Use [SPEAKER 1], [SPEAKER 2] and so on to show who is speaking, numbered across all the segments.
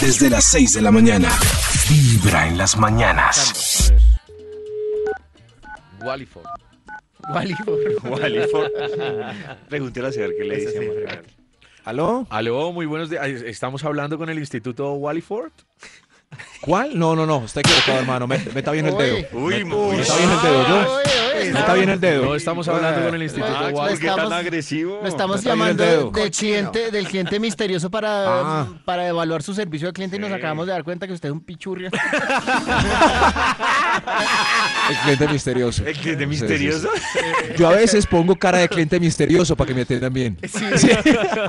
[SPEAKER 1] desde las 6 de la mañana. Vibra en las mañanas.
[SPEAKER 2] Wallyford. Wallyford.
[SPEAKER 3] Wallyford. Pregúntale a César qué le dice. Manuel. ¿Aló?
[SPEAKER 2] Aló, muy buenos días. ¿Estamos hablando con el Instituto Wallyford?
[SPEAKER 3] ¿Cuál? No, no, no, está equivocado, hermano. Me, me está bien el dedo.
[SPEAKER 4] Uy,
[SPEAKER 3] me, me está bien el dedo, yo. Me está bien el dedo. Ah,
[SPEAKER 2] No estamos hablando con el Instituto
[SPEAKER 4] Max,
[SPEAKER 2] Wallyford.
[SPEAKER 3] ¿Por qué tan agresivo?
[SPEAKER 4] Lo
[SPEAKER 3] Me
[SPEAKER 4] estamos
[SPEAKER 3] está bien el
[SPEAKER 4] llamando
[SPEAKER 3] dedo.
[SPEAKER 4] de cliente, del cliente misterioso para,
[SPEAKER 3] Ah.
[SPEAKER 4] para evaluar su servicio al cliente y nos acabamos de dar cuenta que usted es un pichurria.
[SPEAKER 3] El cliente misterioso.
[SPEAKER 5] ¿El cliente
[SPEAKER 3] Sí, sí, sí.
[SPEAKER 5] misterioso?
[SPEAKER 3] Yo a veces pongo cara de cliente misterioso para que me atiendan bien.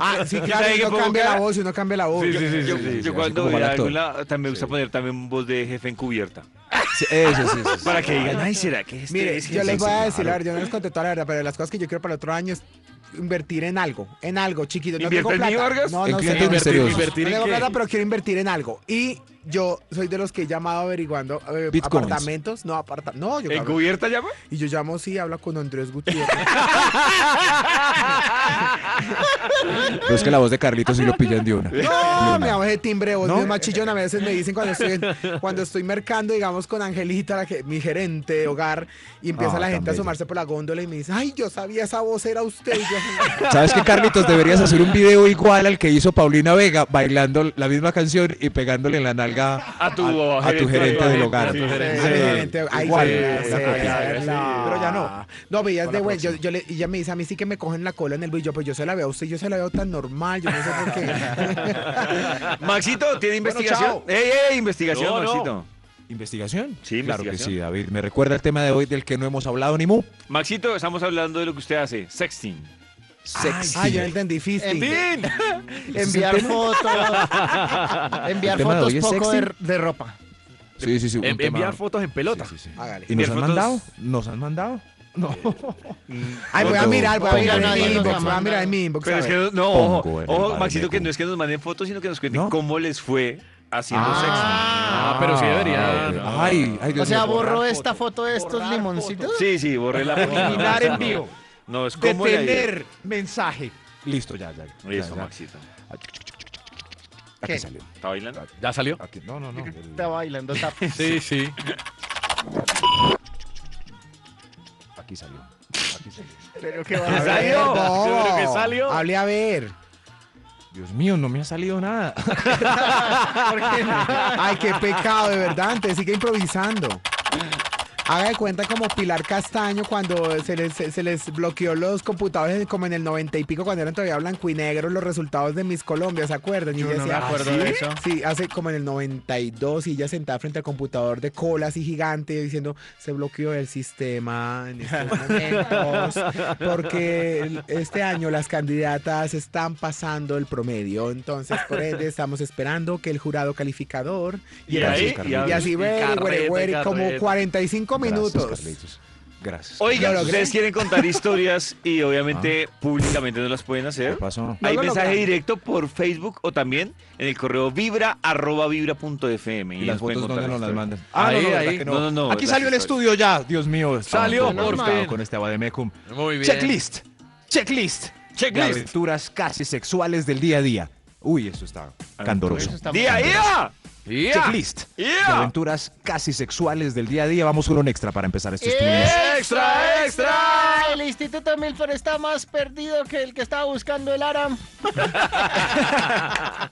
[SPEAKER 6] Ah, sí, claro,
[SPEAKER 5] ¿Sabe
[SPEAKER 6] y
[SPEAKER 5] qué
[SPEAKER 6] uno
[SPEAKER 5] pongo
[SPEAKER 6] cambia
[SPEAKER 5] cara?
[SPEAKER 6] la voz, y uno cambia la voz.
[SPEAKER 2] Sí, sí, sí,
[SPEAKER 5] Yo,
[SPEAKER 2] sí, sí.
[SPEAKER 5] yo
[SPEAKER 3] sí,
[SPEAKER 5] cuando
[SPEAKER 3] como
[SPEAKER 5] voy a
[SPEAKER 3] mal actor.
[SPEAKER 5] algún lado, también me gusta poner también voz de jefe encubierta.
[SPEAKER 3] Sí, eso, sí, sí, sí.
[SPEAKER 5] Para que digan, ay, ¿será que este
[SPEAKER 6] Mire,
[SPEAKER 5] es
[SPEAKER 6] yo
[SPEAKER 5] jefe
[SPEAKER 6] les voy a decir, la
[SPEAKER 5] encubierto?"
[SPEAKER 6] verdad, yo no les conté toda la verdad, pero de las cosas que yo quiero para el otro año es invertir en algo, en algo, chiquito. No tengo
[SPEAKER 5] ¿Invierte en mí,
[SPEAKER 6] plata.
[SPEAKER 5] Vargas?
[SPEAKER 6] No,
[SPEAKER 3] En
[SPEAKER 6] no,
[SPEAKER 3] clientes
[SPEAKER 6] señor.
[SPEAKER 3] misteriosos.
[SPEAKER 2] ¿Invertir
[SPEAKER 6] No
[SPEAKER 2] en
[SPEAKER 6] tengo
[SPEAKER 2] qué?
[SPEAKER 6] plata, pero quiero invertir en algo. Y yo soy de los que he llamado averiguando eh,
[SPEAKER 3] Bitcoins.
[SPEAKER 6] apartamentos. No, apartamentos. No, yo hablo-
[SPEAKER 5] ¿Encubierta llama?
[SPEAKER 6] Y yo llamo, sí, habla con Andrés Gutiérrez.
[SPEAKER 3] Pero es que la voz de Carlitos sí lo pillan de una.
[SPEAKER 6] No, me hago ese timbre de voz,
[SPEAKER 3] ¿No?
[SPEAKER 6] mi mamá chillona, A veces me dicen cuando estoy, en- cuando estoy mercando, digamos, con Angelita, la que, mi gerente de hogar, y empieza
[SPEAKER 3] Ah,
[SPEAKER 6] la gente
[SPEAKER 3] tan
[SPEAKER 6] a asomarse por la góndola y me dice, ay, yo sabía esa voz era usted. Y yo,
[SPEAKER 3] ¿Sabes qué, Carlitos? Deberías hacer un video igual al que hizo Paulina Vega, bailando la misma canción y pegándole en la nalga
[SPEAKER 5] A tu,
[SPEAKER 3] a tu gerente del hogar.
[SPEAKER 5] Sí, sí,
[SPEAKER 6] "Sí,
[SPEAKER 5] sí.
[SPEAKER 6] mi gerente, ay,
[SPEAKER 3] Igual,
[SPEAKER 6] sí,
[SPEAKER 3] una
[SPEAKER 6] sí,
[SPEAKER 3] copia.
[SPEAKER 6] sí, Pero ya no. No, veías de güey, yo, yo le- y ella me dice, a mí sí que me cogen la cola en el bus, y yo, pues yo se la veo a usted, yo se la veo tan normal, yo no sé por qué.
[SPEAKER 5] Maxito, ¿tiene investigación?
[SPEAKER 6] chao.
[SPEAKER 5] ey, ey, investigación,
[SPEAKER 2] No, no.
[SPEAKER 5] Maxito.
[SPEAKER 3] ¿Investigación?
[SPEAKER 5] Sí,
[SPEAKER 3] claro que
[SPEAKER 5] investigación.
[SPEAKER 3] sí, David. Me recuerda el tema de hoy del que no hemos hablado ni mu.
[SPEAKER 5] Maxito, estamos hablando de lo que usted hace, sexting.
[SPEAKER 3] Sexy.
[SPEAKER 6] Ay, yo no entendí, fisting.
[SPEAKER 4] Enviar fotos. Enviar
[SPEAKER 3] El tema de
[SPEAKER 4] fotos
[SPEAKER 3] hoy es
[SPEAKER 4] poco de,
[SPEAKER 3] sexting.
[SPEAKER 4] de ropa.
[SPEAKER 3] sí, sí, sí. un
[SPEAKER 2] En-
[SPEAKER 3] tema-
[SPEAKER 2] enviar fotos en pelota.
[SPEAKER 3] Sí, sí, sí.
[SPEAKER 6] Hágale.
[SPEAKER 3] ¿Y nos
[SPEAKER 5] Enviar
[SPEAKER 3] han
[SPEAKER 5] fotos-
[SPEAKER 3] mandado? ¿Nos han mandado? No.
[SPEAKER 6] Ay, voy a
[SPEAKER 3] Otro.
[SPEAKER 6] mirar, voy a mirar
[SPEAKER 4] Pongo el
[SPEAKER 6] en mi inbox,
[SPEAKER 4] inbox.
[SPEAKER 6] voy a mirar en mi inbox.
[SPEAKER 5] Pero
[SPEAKER 6] a
[SPEAKER 5] es
[SPEAKER 6] ver.
[SPEAKER 5] que no, no
[SPEAKER 3] Pongo
[SPEAKER 5] ojo,
[SPEAKER 3] en el
[SPEAKER 5] ojo
[SPEAKER 3] bar
[SPEAKER 5] Maxito,
[SPEAKER 3] de
[SPEAKER 5] que
[SPEAKER 3] Meco.
[SPEAKER 5] no es que nos manden fotos, sino que nos cuenten
[SPEAKER 3] ¿No?
[SPEAKER 5] cómo les fue haciendo
[SPEAKER 2] Ah, pero sí debería. no.
[SPEAKER 3] Ay, ay,
[SPEAKER 4] O
[SPEAKER 3] Dios
[SPEAKER 4] sea,
[SPEAKER 3] mío.
[SPEAKER 4] borro esta foto de estos limoncitos.
[SPEAKER 5] sexting. Sí, sí, borré la foto.
[SPEAKER 6] Eliminar
[SPEAKER 5] No, no,
[SPEAKER 6] envío.
[SPEAKER 5] No, es como
[SPEAKER 6] Detener mensaje.
[SPEAKER 3] Listo, ya, ya. ya,
[SPEAKER 5] Eso,
[SPEAKER 3] ya.
[SPEAKER 5] Maxito.
[SPEAKER 3] Aquí
[SPEAKER 4] ¿Qué?
[SPEAKER 3] salió.
[SPEAKER 5] ¿Está bailando?
[SPEAKER 2] ¿Ya salió?
[SPEAKER 3] Aquí- No, no, no. el-
[SPEAKER 4] Está bailando tap.
[SPEAKER 3] Ah,
[SPEAKER 2] Sí, sí.
[SPEAKER 3] Aquí salió. Aquí salió. Ah,
[SPEAKER 4] Pero qué va
[SPEAKER 6] A
[SPEAKER 4] a
[SPEAKER 6] ver,
[SPEAKER 4] ver.
[SPEAKER 2] salió?
[SPEAKER 6] bobo.
[SPEAKER 2] Seguro que salió.
[SPEAKER 6] Hable a ver.
[SPEAKER 3] Dios mío, no me ha salido nada.
[SPEAKER 6] Ay, qué pecado, de verdad. Antes sigue improvisando. Haga de cuenta como Pilar Castaño cuando se les, se, se les bloqueó los computadores como en el noventa y pico cuando eran todavía blanco y negro los resultados de Miss Colombia, ¿se acuerdan? Y
[SPEAKER 4] Yo
[SPEAKER 6] ella
[SPEAKER 4] no me
[SPEAKER 6] decía,
[SPEAKER 4] acuerdo
[SPEAKER 6] "¿Ah,
[SPEAKER 4] de
[SPEAKER 6] sí?".
[SPEAKER 4] eso.
[SPEAKER 6] Sí, hace como en el 92 y ella sentada frente al computador de cola así gigante diciendo se bloqueó el sistema en este estos momentos porque el- este año las candidatas están pasando el promedio, entonces por ende estamos esperando que el jurado calificador y,
[SPEAKER 5] Y
[SPEAKER 6] así,
[SPEAKER 5] ahí,
[SPEAKER 3] Carlitos.
[SPEAKER 5] y ahí.
[SPEAKER 6] y así, güey,
[SPEAKER 2] carreta,
[SPEAKER 6] güey, güey,
[SPEAKER 2] carreta.
[SPEAKER 6] como 45
[SPEAKER 3] Gracias,
[SPEAKER 6] minutos. Ah,
[SPEAKER 3] Carlitos. Gracias. Ah.
[SPEAKER 5] Oigan,
[SPEAKER 6] Lo logré.
[SPEAKER 5] ustedes quieren contar historias y obviamente públicamente no las pueden
[SPEAKER 3] ¿Qué
[SPEAKER 5] hacer.
[SPEAKER 3] pasó?
[SPEAKER 6] No
[SPEAKER 5] Hay
[SPEAKER 6] lo
[SPEAKER 5] mensaje
[SPEAKER 6] logramos.
[SPEAKER 5] directo por Facebook o también en el correo vibra arroba vibra punto fm.
[SPEAKER 3] ¿Y las
[SPEAKER 5] nos pueden
[SPEAKER 3] fotos
[SPEAKER 5] contar
[SPEAKER 3] dónde nos las
[SPEAKER 5] historias.
[SPEAKER 3] mandan? Ah,
[SPEAKER 2] Ahí,
[SPEAKER 3] ¿verdad
[SPEAKER 2] ahí.
[SPEAKER 3] que
[SPEAKER 5] Ah, No, no, no,
[SPEAKER 3] Aquí
[SPEAKER 5] las
[SPEAKER 3] salió el
[SPEAKER 5] historias.
[SPEAKER 3] estudio ya, Dios mío. estaba
[SPEAKER 2] Salió,
[SPEAKER 3] un poco
[SPEAKER 2] por
[SPEAKER 3] asustado
[SPEAKER 2] fin.
[SPEAKER 3] Con este Abademecum.
[SPEAKER 2] Muy bien.
[SPEAKER 3] Checklist. Checklist. De
[SPEAKER 5] Checklist.
[SPEAKER 3] aventuras casi sexuales del día a día. Uy, eso está candoroso.
[SPEAKER 4] Eso está muy
[SPEAKER 5] Día a día.
[SPEAKER 2] Ya.
[SPEAKER 3] Checklist. De
[SPEAKER 5] ¡Ya!
[SPEAKER 3] aventuras casi sexuales del día a día. Vamos con un extra para empezar
[SPEAKER 4] Eh.
[SPEAKER 3] estos primeros.
[SPEAKER 4] ¡Extra,
[SPEAKER 5] ¡Extra, extra!
[SPEAKER 4] El Instituto Milford está más perdido que el que estaba buscando el Aram.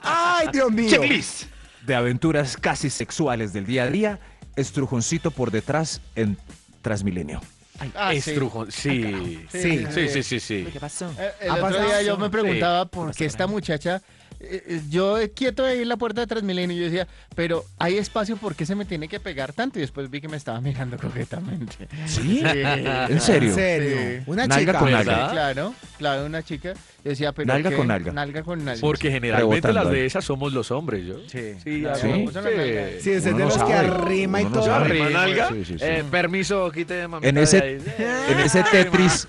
[SPEAKER 6] Ay, Dios mío.
[SPEAKER 5] Checklist.
[SPEAKER 3] De aventuras casi sexuales del día a día. Estrujoncito por detrás en Transmilenio.
[SPEAKER 4] Ah, sí.
[SPEAKER 2] Estrujón. Sí.
[SPEAKER 4] Sí.
[SPEAKER 2] Sí, sí, sí, sí.
[SPEAKER 3] pasó?
[SPEAKER 4] Eh, El
[SPEAKER 6] ¿Ha
[SPEAKER 4] otro
[SPEAKER 6] pasado?
[SPEAKER 4] día yo
[SPEAKER 6] Sí.
[SPEAKER 4] me preguntaba por qué esta muchacha. eh, eh, Yo quieto de ir a la puerta de Transmilenio y yo decía, pero hay espacio, ¿por qué se me tiene que pegar tanto? Y después vi que me estaba mirando coquetamente.
[SPEAKER 3] ¿Sí? ¿En
[SPEAKER 6] En
[SPEAKER 3] serio?
[SPEAKER 6] serio.
[SPEAKER 4] Sí.
[SPEAKER 6] Una
[SPEAKER 3] Nalga
[SPEAKER 6] chica.
[SPEAKER 3] con
[SPEAKER 2] ¿Verdad?
[SPEAKER 4] Sí, claro, claro, una chica. Yo decía, pero.
[SPEAKER 3] Nalga
[SPEAKER 4] ¿qué?
[SPEAKER 3] con nalga.
[SPEAKER 4] Nalga con nalga.
[SPEAKER 2] Porque generalmente
[SPEAKER 3] Rebotando
[SPEAKER 2] las
[SPEAKER 3] ahí.
[SPEAKER 2] de esas somos los hombres, yo.
[SPEAKER 4] Sí.
[SPEAKER 2] Sí,
[SPEAKER 4] Claro,
[SPEAKER 3] ¿Sí?
[SPEAKER 4] vamos a la nalga.
[SPEAKER 6] Sí, ese es
[SPEAKER 3] Uno
[SPEAKER 6] de
[SPEAKER 3] no
[SPEAKER 6] los que
[SPEAKER 3] sabe.
[SPEAKER 6] arrima y
[SPEAKER 3] Uno no
[SPEAKER 6] todo.
[SPEAKER 3] sabe.
[SPEAKER 5] ¿Arrima nalga?
[SPEAKER 3] Sí, sí, sí.
[SPEAKER 2] Eh, permiso, quite mamita
[SPEAKER 3] En
[SPEAKER 2] de
[SPEAKER 3] ese,
[SPEAKER 2] ahí.
[SPEAKER 3] en ese Tetris,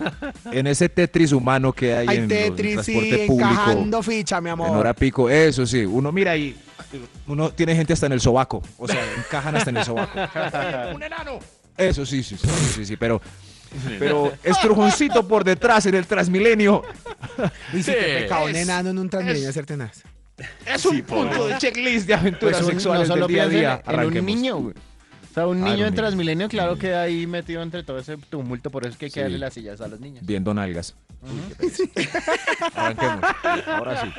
[SPEAKER 3] en ese Tetris humano que hay,
[SPEAKER 6] Hay
[SPEAKER 3] en
[SPEAKER 6] Tetris,
[SPEAKER 3] los
[SPEAKER 6] sí,
[SPEAKER 3] transporte público.
[SPEAKER 6] encajando ficha, mi amor.
[SPEAKER 3] En hora pico, eso sí. Uno mira y uno tiene gente hasta en el sobaco. O sea, encajan hasta en el sobaco. ¡Un enano! Eso sí, sí, sí, sí, sí, sí, pero. Pero estrujoncito por detrás en el Transmilenio.
[SPEAKER 6] Y si
[SPEAKER 2] Sí.
[SPEAKER 6] te pecado un
[SPEAKER 2] Es-
[SPEAKER 6] enano en un transmilenio, ser tenaz.
[SPEAKER 3] Es un punto de checklist de aventuras
[SPEAKER 4] Pues un-
[SPEAKER 3] sexuales
[SPEAKER 4] no solo
[SPEAKER 3] del día a
[SPEAKER 4] piensa en-
[SPEAKER 3] día.
[SPEAKER 4] En, un
[SPEAKER 3] Arranquemos.
[SPEAKER 4] niño, güey. O sea, un
[SPEAKER 3] Ah,
[SPEAKER 4] niño
[SPEAKER 3] no,
[SPEAKER 4] en
[SPEAKER 3] mira.
[SPEAKER 4] Transmilenio, claro, queda ahí metido entre todo ese tumulto, por eso es que hay que
[SPEAKER 3] Sí.
[SPEAKER 4] darle las sillas a los niños.
[SPEAKER 3] Viendo nalgas. Arranquemos. Ahora sí.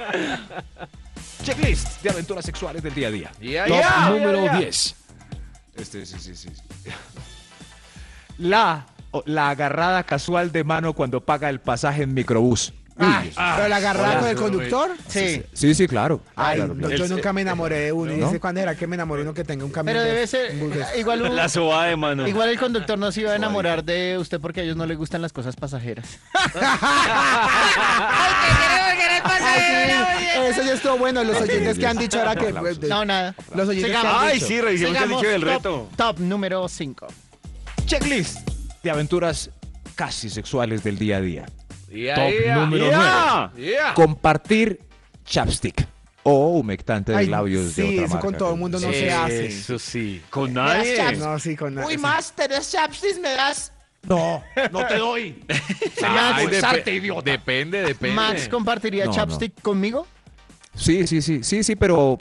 [SPEAKER 3] Checklist de aventuras sexuales del día a día. Top número 10. Este, sí, sí, sí. La, o- la agarrada casual de mano cuando paga el pasaje en microbús.
[SPEAKER 6] Ah,
[SPEAKER 3] Uy,
[SPEAKER 6] ¿Pero la agarrada
[SPEAKER 2] hola,
[SPEAKER 6] con el
[SPEAKER 2] güey.
[SPEAKER 6] conductor?
[SPEAKER 4] Sí,
[SPEAKER 3] Sí, sí, claro.
[SPEAKER 6] Ay,
[SPEAKER 3] Claro,
[SPEAKER 6] no,
[SPEAKER 3] claro.
[SPEAKER 6] yo
[SPEAKER 5] Es-
[SPEAKER 6] nunca me enamoré de uno. Y
[SPEAKER 3] ¿no?
[SPEAKER 6] dice, ¿cuándo era que me enamoré uno que tenga un camión?
[SPEAKER 4] pero
[SPEAKER 6] de
[SPEAKER 4] debe ser
[SPEAKER 6] hamburguesas?
[SPEAKER 4] igual un-
[SPEAKER 5] La sobada de mano.
[SPEAKER 4] Igual el conductor no se iba a enamorar de usted porque a ellos no les gustan las cosas pasajeras.
[SPEAKER 6] Ay, sí, Eso ya estuvo bueno. Los oyentes que han dicho ahora que.
[SPEAKER 4] No, nada.
[SPEAKER 6] Los oyentes que
[SPEAKER 4] Sigamos.
[SPEAKER 6] han
[SPEAKER 5] Ay,
[SPEAKER 6] dicho.
[SPEAKER 5] sí, revisemos el
[SPEAKER 4] Sigamos,
[SPEAKER 5] dicho del
[SPEAKER 4] top-
[SPEAKER 5] reto.
[SPEAKER 4] Top número 5.
[SPEAKER 3] Checklist de aventuras casi sexuales del día a día.
[SPEAKER 2] Yeah,
[SPEAKER 3] Top
[SPEAKER 2] yeah,
[SPEAKER 3] número
[SPEAKER 5] ¡Ya!
[SPEAKER 2] yeah.
[SPEAKER 3] Compartir chapstick o humectante de
[SPEAKER 6] Ay,
[SPEAKER 3] labios de
[SPEAKER 6] sí,
[SPEAKER 3] otra
[SPEAKER 6] eso
[SPEAKER 3] marca.
[SPEAKER 6] con todo el mundo no
[SPEAKER 3] Sí.
[SPEAKER 6] se hace.
[SPEAKER 2] Eso sí.
[SPEAKER 5] Con
[SPEAKER 6] Ay,
[SPEAKER 5] nadie.
[SPEAKER 6] No, sí, con nada. sí.
[SPEAKER 7] tenés chapstick, me das.
[SPEAKER 3] No, no te doy.
[SPEAKER 2] Ay,
[SPEAKER 4] Max,
[SPEAKER 2] depe- Depende, depende.
[SPEAKER 4] Max compartiría
[SPEAKER 3] No, no.
[SPEAKER 4] chapstick conmigo.
[SPEAKER 3] Sí, sí, sí, sí, sí, pero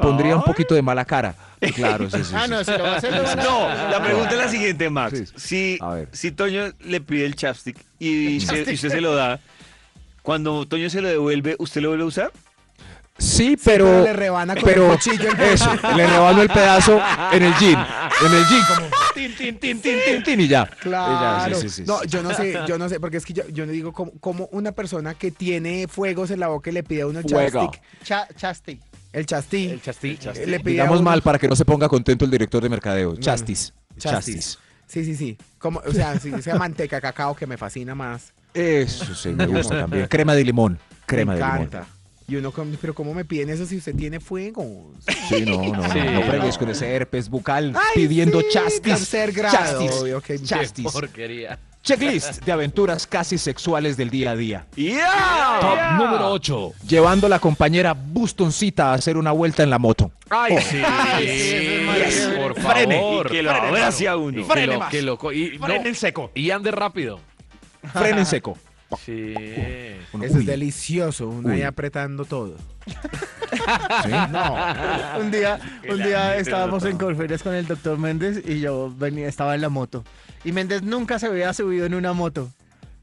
[SPEAKER 3] pondría un poquito de mala cara. Claro, sí, sí.
[SPEAKER 4] Ah,
[SPEAKER 3] sí.
[SPEAKER 4] no, se lo va a hacer. lo van a-
[SPEAKER 5] No, la pregunta es la siguiente, Max. Si,
[SPEAKER 3] A ver.
[SPEAKER 5] si Toño le pide el chapstick y, se- y usted se lo da, cuando Toño se lo devuelve, ¿usted lo vuelve a usar?
[SPEAKER 3] Sí,
[SPEAKER 6] Pero,
[SPEAKER 3] pero.
[SPEAKER 6] le rebana con
[SPEAKER 3] Pero
[SPEAKER 6] el cuchillo el
[SPEAKER 3] eso, le rebano el pedazo en el jean. En el jean, como tin, tin, tin, tin, tin, tin, y ya. Y ya,
[SPEAKER 6] Claro.
[SPEAKER 3] sí, sí, sí,
[SPEAKER 6] no,
[SPEAKER 3] sí.
[SPEAKER 6] yo no sé, yo no sé, porque es que yo, yo no digo como, como una persona que tiene fuegos en la boca y le pide a uno
[SPEAKER 3] Fuego.
[SPEAKER 6] chapstick,
[SPEAKER 4] Cha- chapstick.
[SPEAKER 6] el chastín. El
[SPEAKER 2] chastín.
[SPEAKER 6] Le pide a
[SPEAKER 3] Digamos
[SPEAKER 6] uno- Mm.
[SPEAKER 3] mal para que no se ponga contento el director de mercadeo.
[SPEAKER 6] no.
[SPEAKER 3] Chastis. Chastis.
[SPEAKER 6] Sí, sí, sí. Como, o sea, sí, sea manteca, cacao, que me fascina más.
[SPEAKER 3] Eso sí, me gusta también. Crema de limón. Crema
[SPEAKER 6] me
[SPEAKER 3] de
[SPEAKER 6] encanta.
[SPEAKER 3] limón.
[SPEAKER 6] Y uno, como, pero ¿cómo me piden eso si usted tiene fuegos?
[SPEAKER 3] Sí, no, no,
[SPEAKER 2] Sí,
[SPEAKER 3] no, no fregues
[SPEAKER 2] no.
[SPEAKER 3] con ese herpes bucal
[SPEAKER 6] Ay,
[SPEAKER 3] pidiendo
[SPEAKER 6] sí,
[SPEAKER 3] chastis.
[SPEAKER 6] Tercer grado.
[SPEAKER 3] Chastis.
[SPEAKER 6] obvio que-
[SPEAKER 2] Qué
[SPEAKER 3] Chastis.
[SPEAKER 2] porquería.
[SPEAKER 3] Checklist de aventuras casi sexuales del día a día.
[SPEAKER 5] ¡Ya!
[SPEAKER 3] Top número 8. Llevando a la compañera Bustoncita a hacer una vuelta en la moto.
[SPEAKER 2] Ay, sí.
[SPEAKER 3] Yes.
[SPEAKER 2] Por
[SPEAKER 3] Frene.
[SPEAKER 2] favor.
[SPEAKER 5] que lo abrace a uno.
[SPEAKER 2] Que lo- que loco. Y, no,
[SPEAKER 3] Frenen seco.
[SPEAKER 2] y ande rápido.
[SPEAKER 3] Frenen seco.
[SPEAKER 2] Sí.
[SPEAKER 3] Uno,
[SPEAKER 6] Eso
[SPEAKER 3] uy,
[SPEAKER 6] es delicioso, uno ahí
[SPEAKER 3] Uy.
[SPEAKER 6] apretando todo.
[SPEAKER 3] ¿sí?
[SPEAKER 4] Un día, un día estábamos en Corferias con el doctor Méndez y yo venía, estaba en la moto. Y Méndez nunca se había subido en una moto.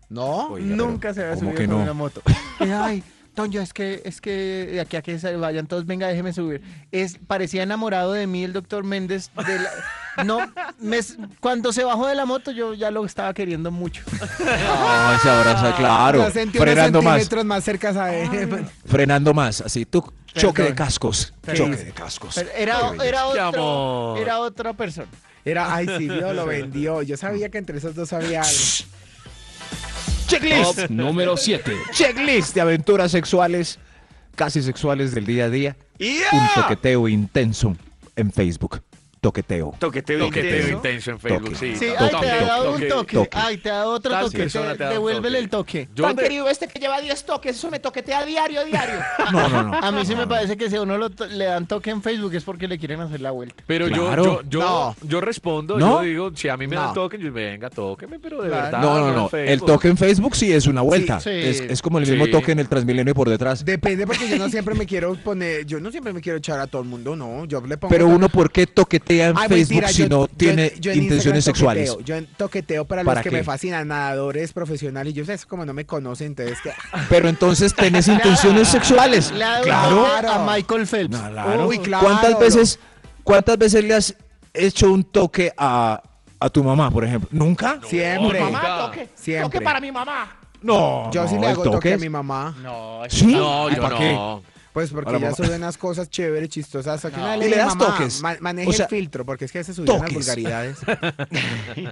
[SPEAKER 6] ¿No?
[SPEAKER 3] Oiga, pero
[SPEAKER 4] nunca se había
[SPEAKER 3] ¿cómo
[SPEAKER 4] subido
[SPEAKER 3] que
[SPEAKER 4] en
[SPEAKER 3] no?
[SPEAKER 4] una moto. Y, Ay, Toño, es que, es que de aquí a que se vayan todos, venga, déjeme subir. Es, parecía enamorado de mí el doctor Méndez. de la- no, me s- cuando se bajó de la moto yo ya lo estaba queriendo mucho.
[SPEAKER 3] Ay, se abraza, claro.
[SPEAKER 6] Ya sentí unos
[SPEAKER 3] Frenando más.
[SPEAKER 6] centímetros más cerca a él.
[SPEAKER 3] Frenando más. Así tú. Choque de
[SPEAKER 4] Perdón.
[SPEAKER 3] cascos.
[SPEAKER 4] Perdón.
[SPEAKER 3] Choque de cascos.
[SPEAKER 4] Pero era,
[SPEAKER 3] Qué
[SPEAKER 4] era,
[SPEAKER 2] belleza.
[SPEAKER 4] otro,
[SPEAKER 2] Qué amor.
[SPEAKER 4] era otra persona.
[SPEAKER 6] Era, ay, sí, vio, lo vendió. Yo sabía que entre esos dos había algo.
[SPEAKER 3] Checklist.
[SPEAKER 7] número 7.
[SPEAKER 3] Checklist de aventuras sexuales, casi sexuales del día a día. Un toqueteo intenso en Facebook. Toqueteo.
[SPEAKER 5] Toqueteo
[SPEAKER 2] Toqueteo
[SPEAKER 5] intenso.
[SPEAKER 2] intenso en Facebook.
[SPEAKER 3] Toque.
[SPEAKER 2] Sí,
[SPEAKER 4] Sí,
[SPEAKER 2] toque,
[SPEAKER 4] ay, te ha dado un toque.
[SPEAKER 3] toque.
[SPEAKER 4] Ay, te ha dado otro
[SPEAKER 2] Tal
[SPEAKER 4] toque.
[SPEAKER 2] persona
[SPEAKER 4] te-
[SPEAKER 2] te ha dado un
[SPEAKER 4] devuélvele
[SPEAKER 2] toque.
[SPEAKER 4] el toque.
[SPEAKER 2] Yo
[SPEAKER 7] Tan
[SPEAKER 2] de-
[SPEAKER 7] querido este que lleva 10 toques, eso me toquetea diario, diario.
[SPEAKER 3] No, no, no.
[SPEAKER 4] A mí sí
[SPEAKER 3] No,
[SPEAKER 4] me
[SPEAKER 3] no.
[SPEAKER 4] parece que si a uno lo to- le dan toque en Facebook es porque le quieren hacer la vuelta.
[SPEAKER 2] Pero yo-
[SPEAKER 3] Claro.
[SPEAKER 2] yo, yo, yo,
[SPEAKER 6] No.
[SPEAKER 2] respondo,
[SPEAKER 3] ¿No?
[SPEAKER 2] yo digo, si a mí me
[SPEAKER 6] No.
[SPEAKER 2] dan toquen, yo venga, tóqueme, pero de
[SPEAKER 4] Claro.
[SPEAKER 6] Ah,
[SPEAKER 2] verdad.
[SPEAKER 3] No, no,
[SPEAKER 2] en
[SPEAKER 3] no. El
[SPEAKER 2] Facebook.
[SPEAKER 3] toque en Facebook sí es una vuelta.
[SPEAKER 4] Sí, sí.
[SPEAKER 3] Es, es como el mismo
[SPEAKER 2] Sí.
[SPEAKER 3] toque en el Transmilenio y por detrás.
[SPEAKER 6] Depende porque yo no siempre me quiero poner, yo no siempre me quiero echar a todo el mundo, no. Yo le pongo
[SPEAKER 3] Pero
[SPEAKER 6] to-
[SPEAKER 3] uno, ¿por qué toquetea en
[SPEAKER 6] Ay,
[SPEAKER 3] Facebook
[SPEAKER 6] mentira,
[SPEAKER 3] si
[SPEAKER 6] yo-
[SPEAKER 3] no
[SPEAKER 6] yo-
[SPEAKER 3] tiene
[SPEAKER 6] yo en
[SPEAKER 3] intenciones
[SPEAKER 6] Instagram toqueteo.
[SPEAKER 3] sexuales?
[SPEAKER 6] Yo en toqueteo para,
[SPEAKER 3] ¿Para
[SPEAKER 6] los que
[SPEAKER 3] qué?
[SPEAKER 6] me fascinan, nadadores profesionales. Yo sé, eso como no me conocen, entonces que.
[SPEAKER 3] Pero entonces tenés intenciones sexuales.
[SPEAKER 4] Le ha dado
[SPEAKER 3] Claro.
[SPEAKER 4] un toque a Michael Phelps.
[SPEAKER 3] Claro.
[SPEAKER 6] Uy, claro.
[SPEAKER 3] ¿Cuántas veces, cuántas veces le has hecho un toque a, a tu mamá, por ejemplo? ¿Nunca?
[SPEAKER 6] Siempre.
[SPEAKER 7] mamá, toque.
[SPEAKER 6] Siempre.
[SPEAKER 7] Toque para mi mamá.
[SPEAKER 3] No.
[SPEAKER 6] Yo sí
[SPEAKER 3] no,
[SPEAKER 6] le
[SPEAKER 3] el
[SPEAKER 6] hago toque a
[SPEAKER 3] es-
[SPEAKER 6] mi mamá.
[SPEAKER 4] No, es-
[SPEAKER 3] ¿Sí?
[SPEAKER 2] No,
[SPEAKER 3] Ay,
[SPEAKER 2] yo
[SPEAKER 3] ¿para qué?
[SPEAKER 2] no.
[SPEAKER 6] Pues porque
[SPEAKER 3] Hola,
[SPEAKER 6] ella
[SPEAKER 3] mamá.
[SPEAKER 6] sube unas cosas chéveres, chistosas. Aquí una vez
[SPEAKER 3] ¿Y le
[SPEAKER 6] dije,
[SPEAKER 3] das
[SPEAKER 6] "Mamá,
[SPEAKER 3] toques?
[SPEAKER 6] ma- maneje
[SPEAKER 3] O sea,
[SPEAKER 6] el filtro, porque es que se subió unas
[SPEAKER 3] toques.
[SPEAKER 6] vulgaridades.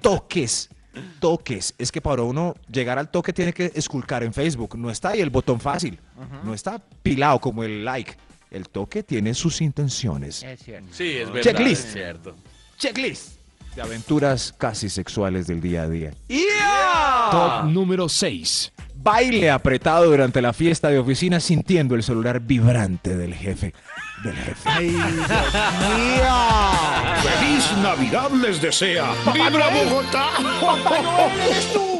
[SPEAKER 3] toques. Toques. Es que para uno llegar al toque tiene que esculcar en Facebook. No está ahí el botón fácil. No está pilado como el like. El toque tiene sus intenciones.
[SPEAKER 4] es cierto.
[SPEAKER 2] Sí, es verdad.
[SPEAKER 3] Checklist.
[SPEAKER 2] Es cierto.
[SPEAKER 3] Checklist. De aventuras casi sexuales del día a día.
[SPEAKER 7] Top número 6.
[SPEAKER 3] Baile apretado durante la fiesta de oficina sintiendo el celular vibrante del jefe. Del jefe.
[SPEAKER 8] ¡Feliz Navidad les desea! ¡Vibra Bogotá!
[SPEAKER 7] Papá Noel, eres tú.